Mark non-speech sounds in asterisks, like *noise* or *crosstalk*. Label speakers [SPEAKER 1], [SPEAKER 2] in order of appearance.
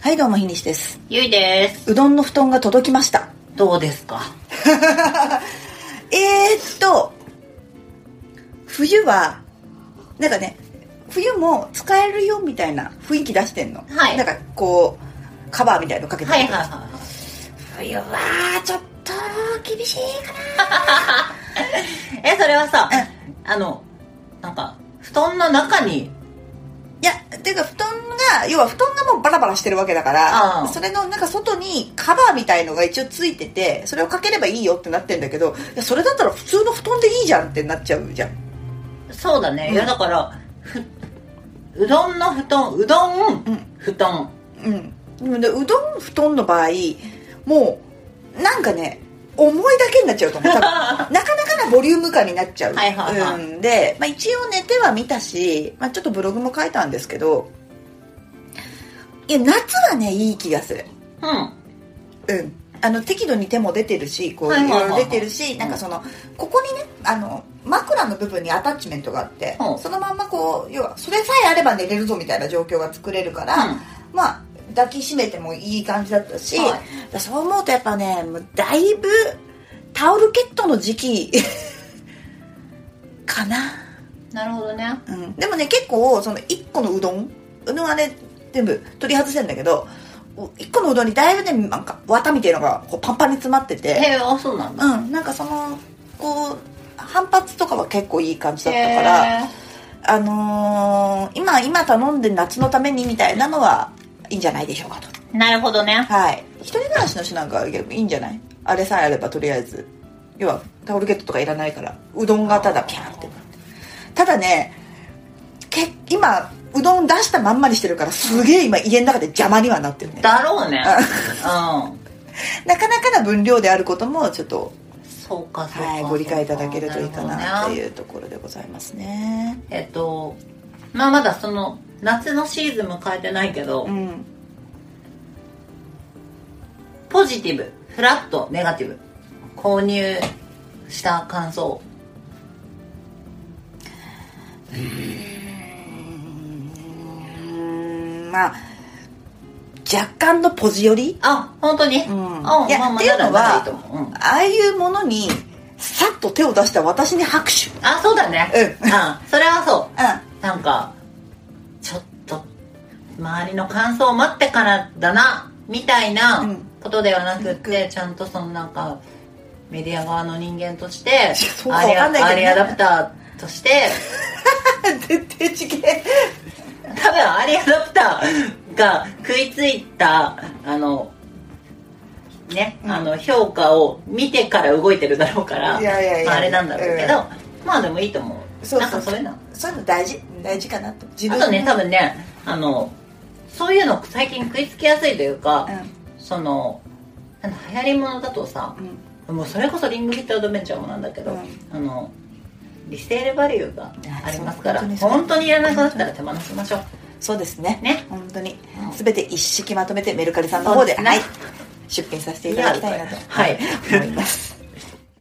[SPEAKER 1] はいどうもひにしです
[SPEAKER 2] ゆいです。
[SPEAKER 1] うどんの布団が届きました
[SPEAKER 2] どうですか
[SPEAKER 1] えー、っと冬はなんかね冬も使えるよみたいな雰囲気出してんの、
[SPEAKER 2] はい
[SPEAKER 1] なんかこうカバーみたいのかけてる
[SPEAKER 2] はいはいはいは。
[SPEAKER 1] 冬はちょっと厳しいかない
[SPEAKER 2] え、それはさ、あの、なんか、布団の中に、
[SPEAKER 1] いやていうか布団が要は布団がもうバラバラしてるわけだから
[SPEAKER 2] あー
[SPEAKER 1] それのなんか外にカバーみたいのが一応ついててそれをかければいいよってなってんだけどいやそれだったら普通の布団でいいじゃんってなっちゃうじゃん
[SPEAKER 2] そうだね、
[SPEAKER 1] うん
[SPEAKER 2] いやだから、ふ、うどんの布団、うどん、
[SPEAKER 1] うん
[SPEAKER 2] 布団。
[SPEAKER 1] うんでもねうどん布団の場合もうなんかね重いだけになっちゃうと思う多
[SPEAKER 2] *laughs*
[SPEAKER 1] 分なかなかなボリューム感になっちゃう、
[SPEAKER 2] はいはいはい
[SPEAKER 1] うんで、まあ、一応寝ては見たし、まあ、ちょっとブログも書いたんですけどいや夏はねいい気がする
[SPEAKER 2] うん。
[SPEAKER 1] うんあの適度に手も出てるしこう
[SPEAKER 2] はい
[SPEAKER 1] い
[SPEAKER 2] はいはい
[SPEAKER 1] ろいろ出てるしなんかそのここにねあの枕の部分にアタッチメントがあって
[SPEAKER 2] うん
[SPEAKER 1] そのまんまこう要はそれさえあれば寝れるぞみたいな状況が作れるから、
[SPEAKER 2] うん
[SPEAKER 1] まあ抱きしめてもいい感じだったし、
[SPEAKER 2] は
[SPEAKER 1] そう思うとやっぱねもうだいぶタオルケットの時期 *laughs* かな、
[SPEAKER 2] なるほどね。
[SPEAKER 1] うん、でもね結構その1個のうどんうどんはね全部取り外せんだけど1個のうどんにだいぶねなんか綿みたいのがこうパンパンに詰まってて
[SPEAKER 2] へえ、あ、そうなんだ。
[SPEAKER 1] うんなんかそのこう反発とかは結構いい感じだったから、
[SPEAKER 2] へ
[SPEAKER 1] あのー今今頼んで夏のためにみたいなのはいいんじゃないでしょうかと
[SPEAKER 2] えなるほどね。
[SPEAKER 1] はい一人暮らしの人なんかいいんじゃないあれさえあればとりあえず要はタオルケットとかいらないからうどんがただピャーンってなってただねけ今うどん出したまんまにしてるからすげえ今家の中で邪魔にはなってるね
[SPEAKER 2] だろうね。うん。
[SPEAKER 1] なかなかな分量であることもちょっと、
[SPEAKER 2] そうか、そうか。
[SPEAKER 1] はい、ご理解いただけるといいかなって
[SPEAKER 2] う。
[SPEAKER 1] いうところでございますね
[SPEAKER 2] えっと、まあまだその、夏のシーズン迎えてないけど、
[SPEAKER 1] うん
[SPEAKER 2] ポジティブフラットネガティブ購入した感想
[SPEAKER 1] うんまあ若干のポジ寄り
[SPEAKER 2] あ本当に、うんあ
[SPEAKER 1] いや
[SPEAKER 2] まあまあ
[SPEAKER 1] っていうのは
[SPEAKER 2] ならいいと思う、うん、
[SPEAKER 1] ああいうものにさっと手を出した私に拍手
[SPEAKER 2] あそうだね
[SPEAKER 1] うん
[SPEAKER 2] あそれはそううなんかちょっと周りの感想を待ってからだなみたいな
[SPEAKER 1] うん
[SPEAKER 2] ことではなくって、ちゃんとそのなんかメディア側の人間として
[SPEAKER 1] そう
[SPEAKER 2] アーリ
[SPEAKER 1] わ
[SPEAKER 2] ア
[SPEAKER 1] かんないけどね
[SPEAKER 2] アーリアアダプターとして
[SPEAKER 1] ん絶対ちげえ
[SPEAKER 2] 多分アリアダプターが食いついたあのね、
[SPEAKER 1] うん
[SPEAKER 2] あの評価を見てから動いてるだろうから
[SPEAKER 1] いやいやいや
[SPEAKER 2] まあ、あれなんだろうけど、まあでもいいと思う
[SPEAKER 1] そうそう
[SPEAKER 2] なんかそういうの
[SPEAKER 1] そういうの大事大事かなと自
[SPEAKER 2] あとね多分ねあのそういうの最近食いつきやすいというか、そのなんだ流行り物だとさ
[SPEAKER 1] うん、うん、
[SPEAKER 2] もうそれこそリングフィットアドベンチャーもなんだけど、
[SPEAKER 1] うん
[SPEAKER 2] あのリセールバリューがありますから
[SPEAKER 1] そう
[SPEAKER 2] 本
[SPEAKER 1] 本当にそう
[SPEAKER 2] 当にいらなくなったら手放しましょう
[SPEAKER 1] そうですね
[SPEAKER 2] ね
[SPEAKER 1] 本当に
[SPEAKER 2] うん
[SPEAKER 1] 全て一式まとめてメルカリさんの方で
[SPEAKER 2] そうですね
[SPEAKER 1] はい、出品させていただきたいなと
[SPEAKER 2] はい
[SPEAKER 1] 思います